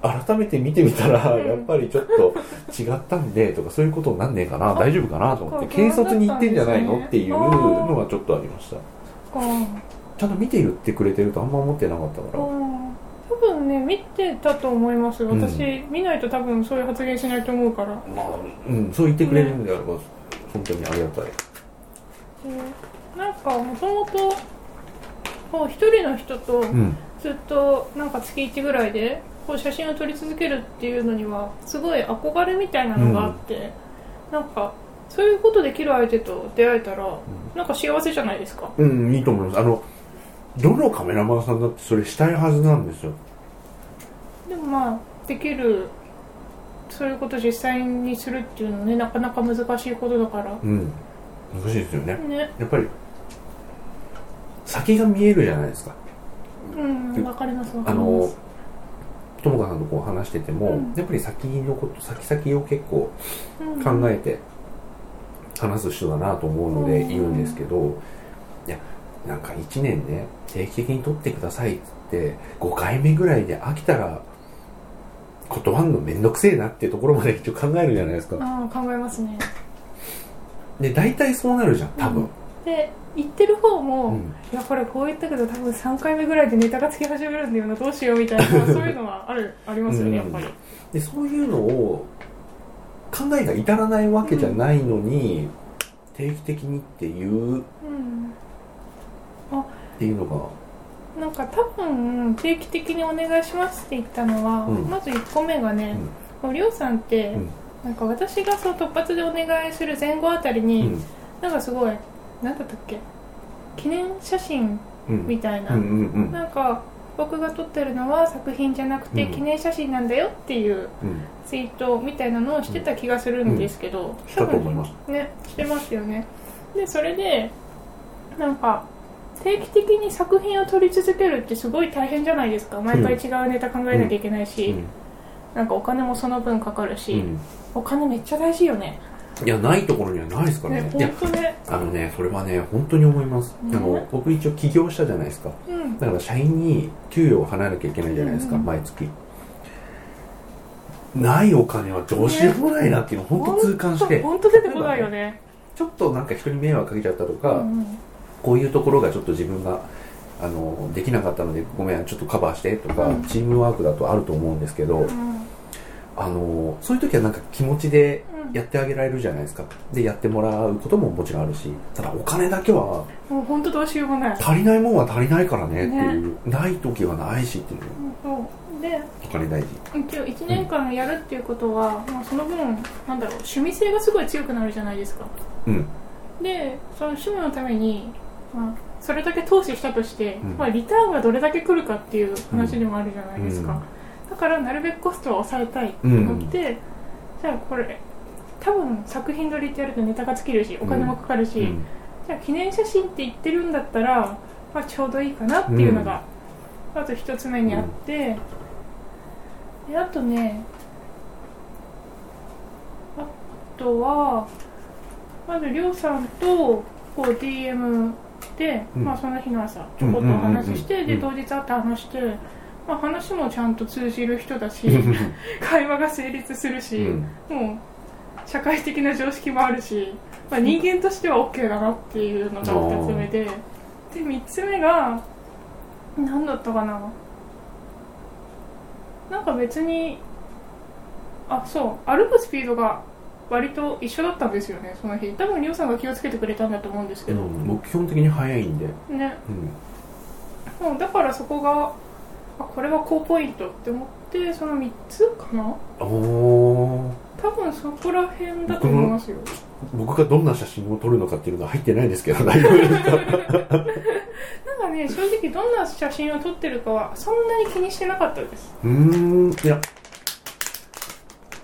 Speaker 1: 改めて見てみたら、
Speaker 2: うん
Speaker 1: やっぱりちょっと違ったんでとかそういうことになんねえかな大丈夫かなと思って警察に行ってんじゃないのっていうのはちょっとありました
Speaker 2: あー
Speaker 1: ちゃんと見て言ってくれてるとあんま思ってなかった
Speaker 2: あ
Speaker 1: か
Speaker 2: ー多分ね見てたと思いますよ私、見ないと多分そういう発言しないと思うから、
Speaker 1: らまあうんそう言ってくれるんであれば、本当にありがたい
Speaker 2: うんなんかもともとこう一人の人と
Speaker 1: うん
Speaker 2: ずっとなんか月1ぐらいでこう写真を撮り続けるっていうのにはすごい憧れみたいなのがあって、なんかそういうことできる相手と出会えたらなんか幸せじゃないですか
Speaker 1: うんいいと思いますあのどのカメラマンさんだってそれしたいはずなんですよ
Speaker 2: でもまあできるそういうこと実際にするっていうのはねなかなか難しいことだから
Speaker 1: うん難しいですよね
Speaker 2: ね
Speaker 1: やっぱり先が見えるじゃないですか
Speaker 2: うんわかりますわか
Speaker 1: あ
Speaker 2: りま
Speaker 1: の
Speaker 2: す
Speaker 1: ともかさんとこう話してても、
Speaker 2: うん
Speaker 1: やっぱり先のこと先々を結構
Speaker 2: うん
Speaker 1: 考えて話す人だなと思うので
Speaker 2: うん
Speaker 1: 言うんですけど、いやなんか1年ね定期的に取ってくださいっつって5回目ぐらいで飽きたら断るのめんどくせえなっていうところまで一応考えるじゃないですか
Speaker 2: ああ考えますね
Speaker 1: で大体そうなるじゃん多分、
Speaker 2: で言ってる方も、
Speaker 1: うん
Speaker 2: いやこれこう言ったけど多分3回目ぐらいでネタがつき始めるんだよなどうしようみ たいなそういうのはあるありますよねやっぱり
Speaker 1: でそういうのを考えが至らないわけじゃないのに、定期的にっていう
Speaker 2: うん
Speaker 1: っていうのが
Speaker 2: なんか多分定期的にお願いしますって言ったのは、
Speaker 1: うん
Speaker 2: まず1個目がね
Speaker 1: うん
Speaker 2: もうりょうさんって、
Speaker 1: うん
Speaker 2: なんか私がそう突発でお願いする前後あたり
Speaker 1: う
Speaker 2: に、
Speaker 1: ん
Speaker 2: なんかすごいなんだったっけ記念写真
Speaker 1: うん
Speaker 2: みたいな、
Speaker 1: うんうんうん
Speaker 2: なんか僕が撮ってるのは作品じゃなくて
Speaker 1: うん
Speaker 2: 記念写真なんだよっていう
Speaker 1: うん
Speaker 2: ツイートみたいなのをしてた気がするんですけど、
Speaker 1: したと思います
Speaker 2: ねしてますよねでそれでなんか定期的に作品を撮り続けるってすごい大変じゃないですか毎回違うネタ考えなきゃいけないし、なんかお金もその分かかるし、
Speaker 1: うん
Speaker 2: お金めっちゃ大事よね
Speaker 1: いやないところにはないですから
Speaker 2: ね
Speaker 1: ねい
Speaker 2: ほ
Speaker 1: や
Speaker 2: んとね
Speaker 1: あのねそれはね本当に思います、
Speaker 2: ね
Speaker 1: あの僕一応起業したじゃないですか
Speaker 2: うん
Speaker 1: だから社員に給与を払わなきゃいけないじゃないですか、
Speaker 2: うん
Speaker 1: 毎月ないお金はどうしようもないなっていうのを本当痛感して
Speaker 2: 本当出てこないよね
Speaker 1: ちょっとなんか人に迷惑かけちゃったと
Speaker 2: う
Speaker 1: か、
Speaker 2: んうん
Speaker 1: こういうところがちょっと自分があのできなかったのでごめんちょっとカバーしてとか、
Speaker 2: うん
Speaker 1: チームワークだとあると思うんですけど、
Speaker 2: うん
Speaker 1: あのそういう時はなんか気持ちで
Speaker 2: うん
Speaker 1: やってあげられるじゃないですかでやってもらうことももちろんあるしただお金だけは
Speaker 2: もう本当どうしようもない
Speaker 1: 足りないもんは足りないからねっていう、ない時はないしっていう
Speaker 2: そうで
Speaker 1: お金大事
Speaker 2: 一応1年間やるっていうことは、まあ、その分なんだろう趣味性がすごい強くなるじゃないですか
Speaker 1: うん
Speaker 2: でその趣味のために、まあ、それだけ投資したとして、
Speaker 1: うん
Speaker 2: まあ、リターンがどれだけ来るかっていう話でもあるじゃないですか、だからなるべくコストは抑えたいと思って、じゃあこれ多分作品撮りってやるとネタが尽きるしお金もかかるし、
Speaker 1: うん
Speaker 2: じゃあ記念写真って言ってるんだったら、まあ、ちょうどいいかなっていうのが、あと一つ目にあって、であとねあとはまずりょうさんとこう DM で、
Speaker 1: うん
Speaker 2: まあ、その日の朝ちょこっとお話しして、
Speaker 1: うんうんうんうん
Speaker 2: で当日会って話して、まあ、話もちゃんと通じる人だ し会話が成立するし、
Speaker 1: うん
Speaker 2: もう社会的な常識もあるし、まあ、人間としては OK だなっていうのが2つ目でで3つ目が何だったかななんか別にあそう歩くスピードが割と一緒だったんですよねその日多分りょうさんが気をつけてくれたんだと思うんですけ
Speaker 1: う
Speaker 2: ど、
Speaker 1: ん僕基本的に早いんで、
Speaker 2: ね
Speaker 1: うん
Speaker 2: もうだからそこがあこれは高ポイントって思ってその3つかな
Speaker 1: おー
Speaker 2: 多分そこら辺だと思いますよ
Speaker 1: 僕がどんな写真を撮るのかっていうのが入ってないんですけど大丈夫ですか
Speaker 2: なんかね、正直どんな写真を撮ってるかはそんなに気にしてなかったです。
Speaker 1: うーんいや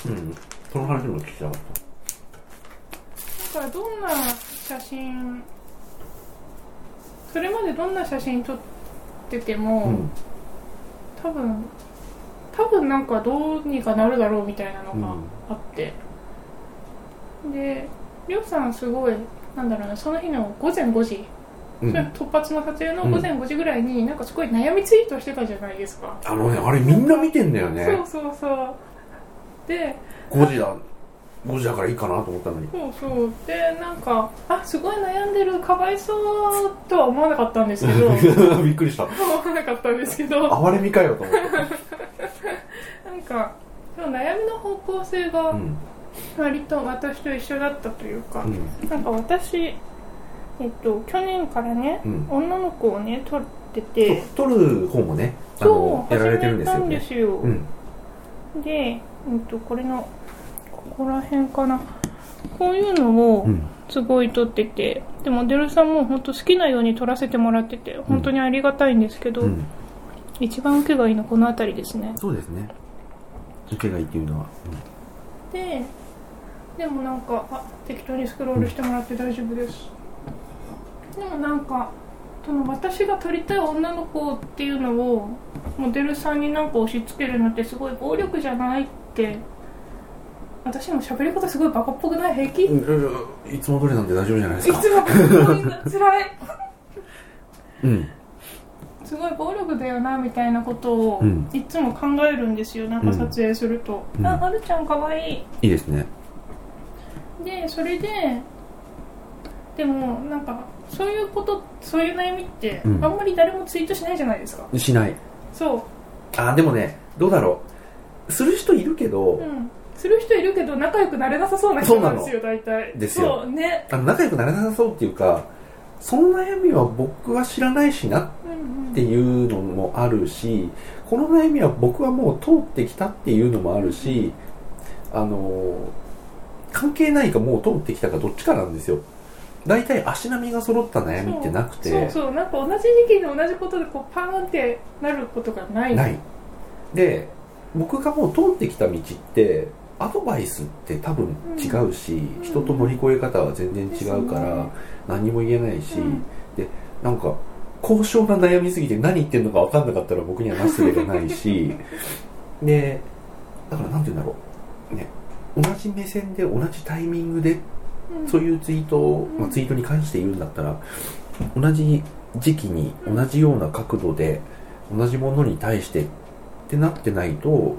Speaker 1: うんその話も聞きたかっ
Speaker 2: だからどんな写真、それまでどんな写真撮ってても、
Speaker 1: たうん
Speaker 2: 多分、多分なんかどうにかなるだろうみたいなのがあって。で、りょうさんすごい、なんだろうな、その日の午前5時、
Speaker 1: うん
Speaker 2: それ突発の撮影の午前5時ぐらいに、なんかすごい悩みツイートしてたじゃないですか。
Speaker 1: あのねあれみんな見てんだよ
Speaker 2: そ
Speaker 1: ね
Speaker 2: うそうそう。で、
Speaker 1: 5時だ5時だからいいかなと思ったのに
Speaker 2: そうそうでなんかあすごい悩んでるかわいそうとは思わなかったんです けど思
Speaker 1: びっくりした
Speaker 2: わなかったんですけど
Speaker 1: 哀れみかよと思って
Speaker 2: なんかその悩みの方向性
Speaker 1: う
Speaker 2: が
Speaker 1: ん
Speaker 2: 割と私と一緒だったというか
Speaker 1: う、ん
Speaker 2: なんか私えっと去年からね
Speaker 1: うん
Speaker 2: 女の子をね撮ってて
Speaker 1: 撮る方もねあ
Speaker 2: そ
Speaker 1: の
Speaker 2: う
Speaker 1: やられてるん
Speaker 2: 始
Speaker 1: で
Speaker 2: め
Speaker 1: す
Speaker 2: た
Speaker 1: よ
Speaker 2: んで
Speaker 1: ねう
Speaker 2: すよ、
Speaker 1: ん
Speaker 2: で、うん、とこれのここら辺かなこういうのを、
Speaker 1: うん
Speaker 2: すごい撮っててでモデルさんも本当好きなように撮らせてもらってて本当にありがたいんですけど、
Speaker 1: うん
Speaker 2: 一番受けがいいのはこの辺りですね
Speaker 1: そうですね受けがいいっていうのはうん
Speaker 2: ででもなんかあ適当にスクロールしてもらって大丈夫ですでもなんかその私が撮りたい女の子っていうのをモデルさんになんか押し付けるのってすごい暴力じゃないって私も喋り方すごいバカっぽくない平気
Speaker 1: いつも通りなんで大丈夫じゃないです
Speaker 2: い
Speaker 1: か。
Speaker 2: つもこんな辛い
Speaker 1: うん。
Speaker 2: すごい暴力だよなみたいなことを
Speaker 1: うん
Speaker 2: いつも考えるんですよ、なんか撮影すると、
Speaker 1: うん
Speaker 2: あはるちゃんかわい
Speaker 1: いいですね。
Speaker 2: いでそれででもなんかそういうことそういう悩みってあ
Speaker 1: うんん
Speaker 2: まり誰もツイートしないじゃないですか、
Speaker 1: しない。
Speaker 2: そ
Speaker 1: あ、でもね、どうだろう。する人いるけど、
Speaker 2: ううんする人いるけど仲良くなれなさそうな人なんですよ大体
Speaker 1: ですよ
Speaker 2: そうね
Speaker 1: あの仲良くなれなさそうっていうか、その悩みは僕は知らないしなっ
Speaker 2: うんうん
Speaker 1: ていうのもあるし、この悩みは僕はもう通ってきたっていうのもあるし、あの、関係ないかもう通ってきたかどっちかなんですよ大体足並みが揃った悩みってなくて
Speaker 2: そうそうなんか同じ時期に同じことでこうパーンってなることがない
Speaker 1: ないで僕がもう通ってきた道ってアドバイスって多分違うし、
Speaker 2: ん
Speaker 1: 人と乗り越え方は全然違うか
Speaker 2: です
Speaker 1: ら
Speaker 2: ね
Speaker 1: 何にも言えないし、
Speaker 2: うん
Speaker 1: でなんか高尚な悩みすぎて何言ってんのか分かんなかったら僕にはなすべがないし でだから何て言うんだろうね同じ目線で同じタイミングで
Speaker 2: うん
Speaker 1: そういうツイートを、まあ、
Speaker 2: うん
Speaker 1: ツイートに関して言うんだったら同じ時期に
Speaker 2: うん
Speaker 1: 同じような角度で同じものに対してってなってないと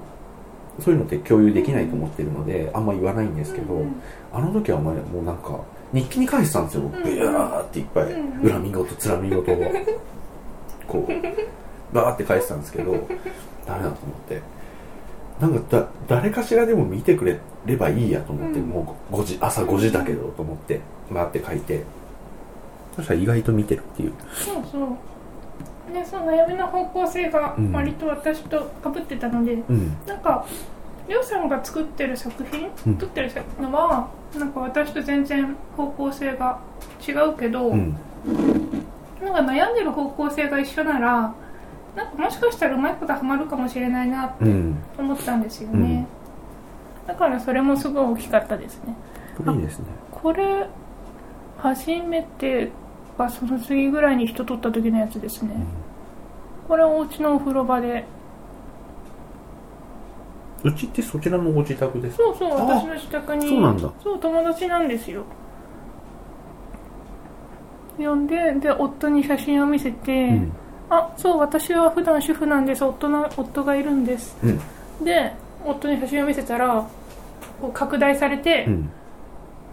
Speaker 1: そういうのって共有できないと思ってるのであんま言わないんですけ
Speaker 2: う
Speaker 1: ど
Speaker 2: んうん
Speaker 1: あの時はお前もうなんか日記に書いてたんですよ
Speaker 2: ん
Speaker 1: ビヤーっていっぱい
Speaker 2: うん
Speaker 1: 恨み事つらみ事を こうバーって書いてたんですけどダメだと思ってなんかだ誰かしらでも見てくれればいいやと思って、
Speaker 2: うん
Speaker 1: もう5時朝5時だけどと思ってバーって書いてそしたら意外と見てるっていう
Speaker 2: そうそうでその悩みの方向性が
Speaker 1: うん
Speaker 2: 割と私とかぶってたので、
Speaker 1: うん
Speaker 2: なんかりょうさんが作ってる作品、
Speaker 1: うん
Speaker 2: 撮ってる作のはなんか私と全然方向性が違うけど、
Speaker 1: うん
Speaker 2: なんか悩んでる方向性が一緒ならなんかもしかしたらうまいことハマるかもしれないなと
Speaker 1: うん
Speaker 2: 思ったんですよね、だからそれもすごい大きかったですね
Speaker 1: これいいですね
Speaker 2: これ初めてがその次ぐらいに人撮った時のやつですね、これはお家のお風呂場で
Speaker 1: うちってそちらのご自宅ですか
Speaker 2: そうそう
Speaker 1: あ
Speaker 2: 私の自宅に
Speaker 1: そうなんだ
Speaker 2: そう友達なんですよ呼んでで夫に写真を見せて、
Speaker 1: うん
Speaker 2: あそう私は普段主婦なんです夫の夫がいるんです、
Speaker 1: うん
Speaker 2: で夫に写真を見せたらこう拡大されて、
Speaker 1: うん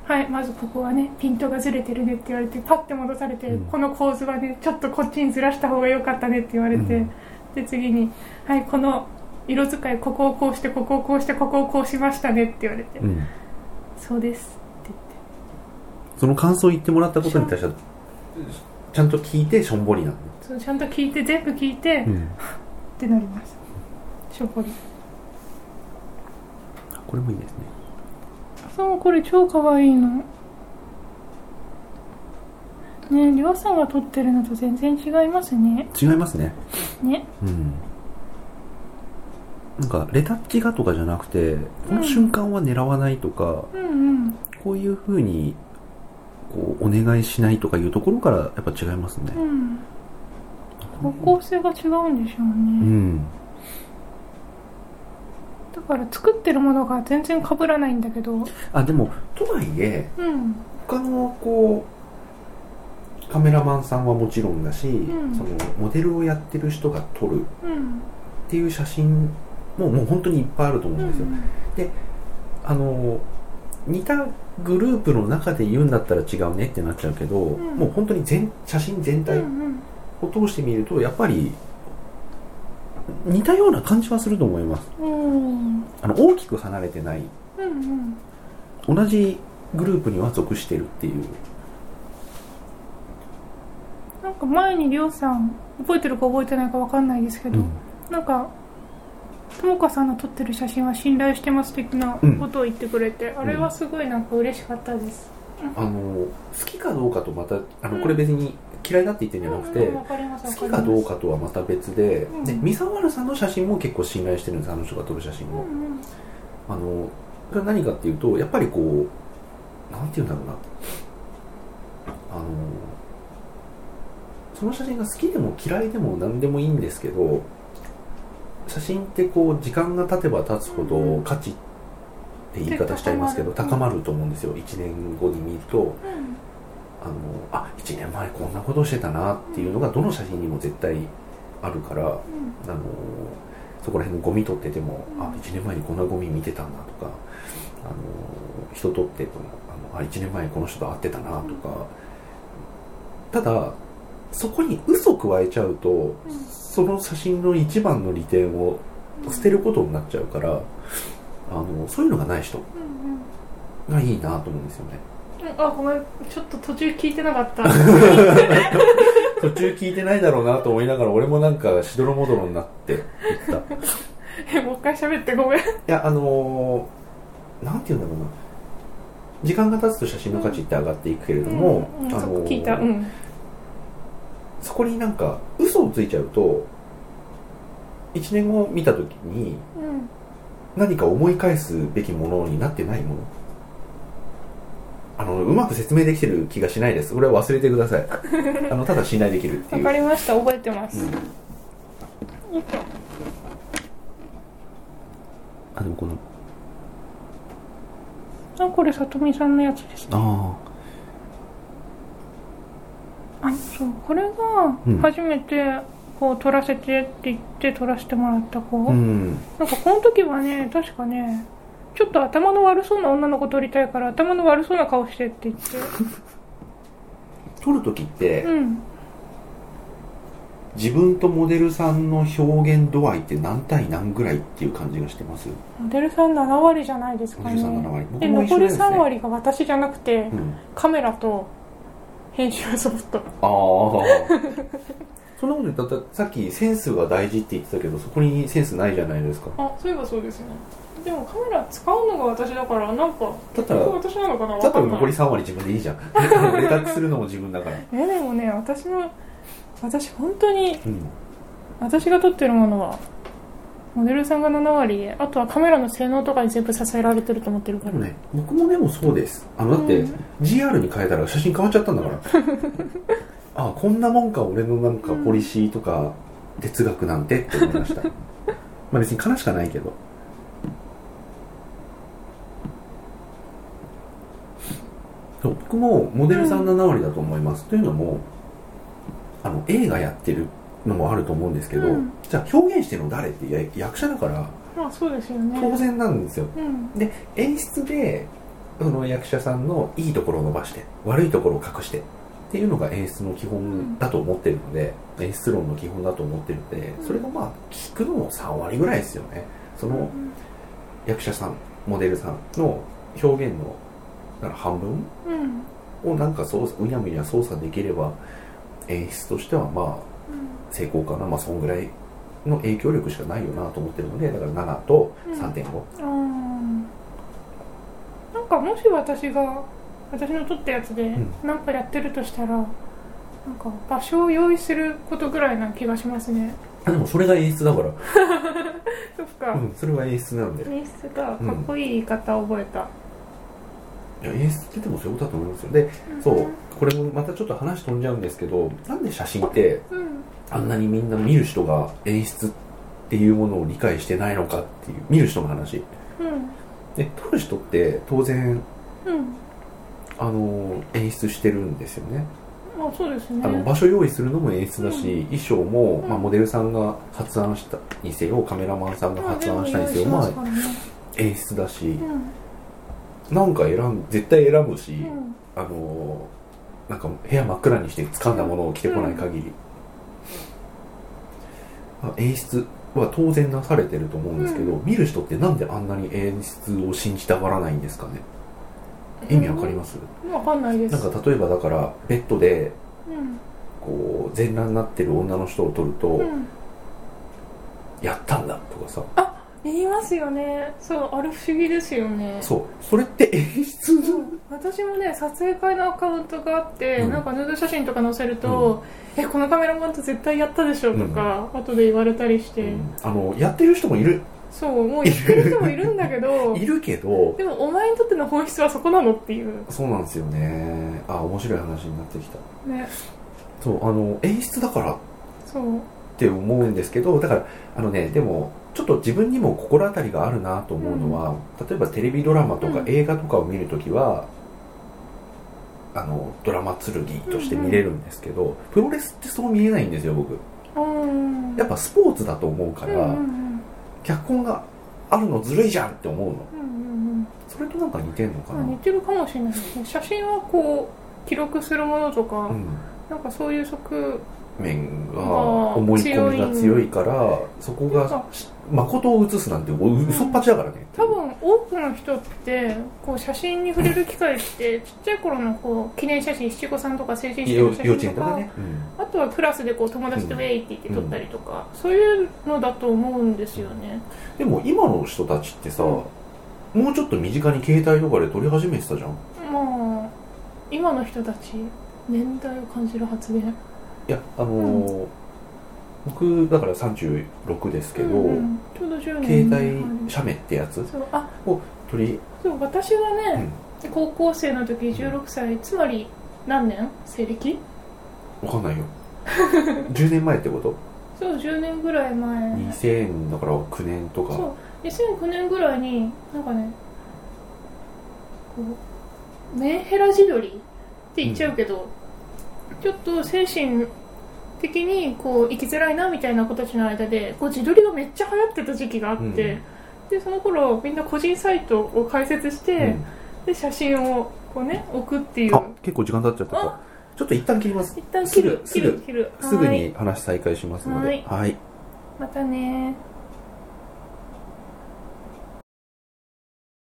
Speaker 2: はいまずここはねピントがずれてるねって言われてパッて戻されて、
Speaker 1: うん
Speaker 2: この構図はねちょっとこっちにずらした方が良かったねって言われて、
Speaker 1: うん
Speaker 2: で次にはいこの色使いここをこうしてここをこうしてここをこうしましたねって言われて、
Speaker 1: うん
Speaker 2: そうですって
Speaker 1: その感想言ってもらったことに対してはちゃんと聞いてしょんぼりなんだ
Speaker 2: 言ってそうちゃんと聞いて全部聞いて、っ
Speaker 1: ん
Speaker 2: てなりますしょぼり
Speaker 1: これもいいですね
Speaker 2: そうこれ超可愛いのねえりょうさんが撮ってるのと全然違いますね
Speaker 1: 違いますね
Speaker 2: ね
Speaker 1: うんなんかレタッチがとかじゃなくてこの瞬間は狙わないとか、
Speaker 2: うんうん
Speaker 1: こういうふうにこうお願いしないとかいうところからやっぱ違いますね
Speaker 2: うん方向性が違うんでしょうね、
Speaker 1: うん
Speaker 2: だから作ってるものが全然被らないんだけどうん
Speaker 1: あでもとはいえ
Speaker 2: うん
Speaker 1: 他のこうカメラマンさんはもちろんだし、
Speaker 2: ん
Speaker 1: そのモデルをやってる人が撮る
Speaker 2: うん
Speaker 1: っていう写真ももう本当にいっぱいあると思うんですよ、あの似たグループの中で言うんだったら違うねってなっちゃうけど、
Speaker 2: ん
Speaker 1: もう本当に全写真全
Speaker 2: うんう
Speaker 1: 体
Speaker 2: ん
Speaker 1: を通してみるとやっぱり似たような感じはすると思います
Speaker 2: うん
Speaker 1: あの大きく離れてない
Speaker 2: うんうん
Speaker 1: 同じグループには属してるっていう
Speaker 2: なんか前にりょうさん覚えてるか覚えてないかわかんないですけど、なんかともかさんの撮ってる写真は信頼してます的なことを言ってくれて、あれはすごいなんか嬉しかったです、
Speaker 1: あの好きかどうかとまたあの
Speaker 2: うん
Speaker 1: これ別に嫌いだって言ってんじゃなくて、
Speaker 2: うんうんわかりますわ
Speaker 1: 好
Speaker 2: かり
Speaker 1: き
Speaker 2: ま
Speaker 1: か
Speaker 2: す
Speaker 1: どうかとはまた別で、
Speaker 2: うん
Speaker 1: で三沢原さんの写真も結構信頼してるんですあの人が撮る写真
Speaker 2: う
Speaker 1: も、
Speaker 2: んうん
Speaker 1: あのそれは何かっていうとやっぱりこうなんて言うんだろうなあのその写真が好きでも嫌いでも何でもいいんですけど写真ってこう時間が経てば経つほ
Speaker 2: う
Speaker 1: ど
Speaker 2: ん
Speaker 1: 価値って言い方しちゃいますけど
Speaker 2: 高
Speaker 1: 高
Speaker 2: ま
Speaker 1: まると思うんですよ1年後に見ると
Speaker 2: うん
Speaker 1: あのあ1年前こんなことしてたなっていうのがどの写真にも絶対あるから
Speaker 2: うん
Speaker 1: あのーそこら辺のゴミ取ってても、
Speaker 2: うん
Speaker 1: あ1年前にこんなゴミ見てたんだとか、あのー人取っててもあのあ1年前にこの人と会ってたなとか、ただそこに嘘加えちゃうと、その写真の一番の利点を捨てることになっちゃうから、あのそういうのがない人
Speaker 2: うんう
Speaker 1: が
Speaker 2: ん
Speaker 1: いいなと思うんですよね
Speaker 2: うんあごめんちょっと途中聞いてなかった
Speaker 1: 途中聞いてないだろうなと思いながら俺もなんかしどろもどろになっていった
Speaker 2: えもう一回喋ってごめん
Speaker 1: いやあのーなんて言うんだろうな時間が経つと写真の価値って上がっていくけれども、
Speaker 2: うんうん
Speaker 1: あの
Speaker 2: 聞いたうん
Speaker 1: そこになんか嘘をついちゃうと1年後見た時に
Speaker 2: うん
Speaker 1: 何か思い返すべきものになってないものあのうまく説明できてる気がしないですこれは忘れてくだ さいあのただ信頼できるって
Speaker 2: わ
Speaker 1: いう
Speaker 2: かりました覚えてます、
Speaker 1: うんあでもこの
Speaker 2: あこれさとみさんのやつですね
Speaker 1: あ
Speaker 2: あそうこれが
Speaker 1: うん
Speaker 2: 初めてこう撮らせてって言って撮らせてもらった子、
Speaker 1: あうん
Speaker 2: なんかこの時はね確かねちょっと頭の悪そうな女の子撮りたいから頭の悪そうな顔してって言っ
Speaker 1: 撮る時って、
Speaker 2: てうん
Speaker 1: 自分とモデルさんの表現度合いって何対何ぐらいっていう感じがしてます
Speaker 2: モデルさん7割じゃないですかね
Speaker 1: モデルさん7割僕
Speaker 2: で
Speaker 1: も一緒
Speaker 2: 残
Speaker 1: で
Speaker 2: り
Speaker 1: すね
Speaker 2: 3割が私じゃなくて、
Speaker 1: うん
Speaker 2: カメラと編集ソフト
Speaker 1: ああ そんなこと言ったらさっきセンスが大事って言ってたけどそこにセンスないじゃないですか
Speaker 2: あそういえばそうですねでもカメラ使うのが私だからなんか
Speaker 1: だった ら
Speaker 2: これ私なのかな
Speaker 1: だ
Speaker 2: わ
Speaker 1: った
Speaker 2: からんな
Speaker 1: 残り
Speaker 2: い
Speaker 1: 3割自分でいいじゃん レタックするのも自分だから
Speaker 2: えでもね私の私本当に
Speaker 1: うん
Speaker 2: 私が撮ってるものはモデルさんが7割あとはカメラの性能とかに全部支えられてると思ってるか
Speaker 1: で
Speaker 2: ら
Speaker 1: もね僕もでもそうですあのだって、
Speaker 2: うん
Speaker 1: GR に変えたら写真変わっちゃったんだ からあこんなもんか俺のなんかポリシーとか哲学なんてって思いま したまあ別に悲しかないけどそう僕もモデルさん7割だと思います、というのもあの映画やってるのもあると思うんですけど、
Speaker 2: うん
Speaker 1: じゃあ表現してるの誰っていや役者だから
Speaker 2: まあそうですよね
Speaker 1: 当然なんですよ
Speaker 2: うん
Speaker 1: で演出でその役者さんのいいところを伸ばして悪いところを隠してっていうのが演出の基本だと思ってるので、演出論の基本だと思ってるので
Speaker 2: うん
Speaker 1: それがまあ聞くのも3割ぐらいですよねその役者さんモデルさんの表現のだから半分
Speaker 2: うんうん
Speaker 1: をなんか操作うにゃむにゃ操作できれば演出としてはまあ成功かなまあそんぐらいの影響力しかないよなと思ってるのでだから7と3.5、
Speaker 2: うんあーなんかもし私が私の撮ったやつで
Speaker 1: ん
Speaker 2: なんかやってるとしたら、なんか場所を用意することぐらいな気がしますね
Speaker 1: あでもそれが演出だから
Speaker 2: そっか、
Speaker 1: うん、それは演出なんで。
Speaker 2: 演出がかっこいい言い方を覚えた、
Speaker 1: いや、演出って言ってもそういうことだと思いますよ。で、そう、これもまたちょっと話飛んじゃうんですけど、なんで写真って、
Speaker 2: うん
Speaker 1: あんなにみんな見る人が演出っていうものを理解してないのかっていう、見る人の話。
Speaker 2: うん
Speaker 1: で、撮る人って当然、
Speaker 2: うん
Speaker 1: あの、演出してるんですよね。
Speaker 2: まあそうですね
Speaker 1: あの、場所用意するのも演出だし、衣装も、
Speaker 2: うん
Speaker 1: まあ、モデルさんが発案したにせよ、カメラマンさんが
Speaker 2: まあ
Speaker 1: 発
Speaker 2: 全
Speaker 1: 案
Speaker 2: 部
Speaker 1: したに
Speaker 2: 用意
Speaker 1: せよ、
Speaker 2: し
Speaker 1: ま
Speaker 2: ます
Speaker 1: あ
Speaker 2: からね
Speaker 1: 演出だし
Speaker 2: う、ん
Speaker 1: なんか選ん、絶対選ぶし、
Speaker 2: うん
Speaker 1: あのーなんか部屋真っ暗にして掴んだものを着てこない限り、あ演出は当然なされてると思うんですけど、見る人ってなんであんなに演出を信じたがらないんですかね意味わかります、
Speaker 2: わかんないです
Speaker 1: なんか例えばだからベッドで
Speaker 2: うん
Speaker 1: こう全裸になってる女の人を撮ると、
Speaker 2: うん
Speaker 1: やったんだとかさ
Speaker 2: 言いますよねそうあれ不思議ですよね
Speaker 1: そうそれって演出の、
Speaker 2: うん私もね撮影会のアカウントがあって、
Speaker 1: うん
Speaker 2: なんかヌード写真とか載せると「えこのカメラマンと絶対やったでしょ」とか、後で言われたりして、
Speaker 1: うんあのやってる人もいる
Speaker 2: そうもう言ってる人もいるんだけど
Speaker 1: いるけど
Speaker 2: でもお前にとっての本質はそこなのっていう
Speaker 1: そうなんですよねあ面白い話になってきた
Speaker 2: ね
Speaker 1: そうあの演出だから
Speaker 2: そう
Speaker 1: って思うんですけどだからあのねでもちょっと自分にも心当たりがあるなと思うのは、例えばテレビドラマとか
Speaker 2: うん
Speaker 1: 映画とかを見るときは、あのドラマ剣として見れるんですけど、プロレスってそう見えないんですよ僕
Speaker 2: うん
Speaker 1: やっぱスポーツだと思うか
Speaker 2: うんう
Speaker 1: ら、
Speaker 2: んうん
Speaker 1: 脚本があるのずるいじゃんって思うの
Speaker 2: うんうんうん
Speaker 1: それとなんか似てんのか
Speaker 2: ま
Speaker 1: な、
Speaker 2: あ似てるかもしれないですね写真はこう記録するものとか、
Speaker 1: うん
Speaker 2: なんかそういう側
Speaker 1: 面が
Speaker 2: まあ
Speaker 1: 思い込みが強いからそこ
Speaker 2: なん
Speaker 1: が
Speaker 2: か
Speaker 1: 誠を映すなんてお嘘っぱちだからね、
Speaker 2: 多分多くの人ってこう写真に触れる機 会ってちっちゃい頃のこう記念写真七五三とか成人式
Speaker 1: 幼
Speaker 2: の
Speaker 1: 幼
Speaker 2: 写
Speaker 1: 稚
Speaker 2: 真
Speaker 1: 園
Speaker 2: と
Speaker 1: と
Speaker 2: か
Speaker 1: かね、うん
Speaker 2: あとはクラスでこう友達とウェイって言って撮ったりとか、そういうのだと思うんですよね
Speaker 1: でも今の人たちってさ、
Speaker 2: うん
Speaker 1: もうちょっと身近に携帯とかで撮り始めてたじゃん
Speaker 2: うもう今の人たち年代を感じる発言
Speaker 1: いやあのー僕だから36ですけど、
Speaker 2: うんうんちょうど10
Speaker 1: 携
Speaker 2: 年
Speaker 1: 帯写メってやつ
Speaker 2: そうあ
Speaker 1: 取り、
Speaker 2: そう私が
Speaker 1: う
Speaker 2: ね、
Speaker 1: ん、
Speaker 2: 高校生の時16歳つまり何年西暦
Speaker 1: わかんない よ10年前ってこと
Speaker 2: そう10年ぐらい前
Speaker 1: 2000だから9年とか
Speaker 2: そう2009年ぐらいになんかねこうメンヘラ自撮りって言っちゃうけど、ちょっと精神的にこう生きづらいなみたいな子たちの間でこう自撮りがめっちゃ流行ってた時期があって、
Speaker 1: うん
Speaker 2: でその頃みんな個人サイトを開設して、
Speaker 1: うん
Speaker 2: で写真をこうね置くっていう
Speaker 1: あ結構時間経っちゃったか
Speaker 2: あ
Speaker 1: ちょっと一旦切ります
Speaker 2: 一旦切る
Speaker 1: す
Speaker 2: 切
Speaker 1: ぐ
Speaker 2: る切る
Speaker 1: すぐ
Speaker 2: はーい
Speaker 1: に話再開しますので
Speaker 2: はい
Speaker 1: はい
Speaker 2: またねー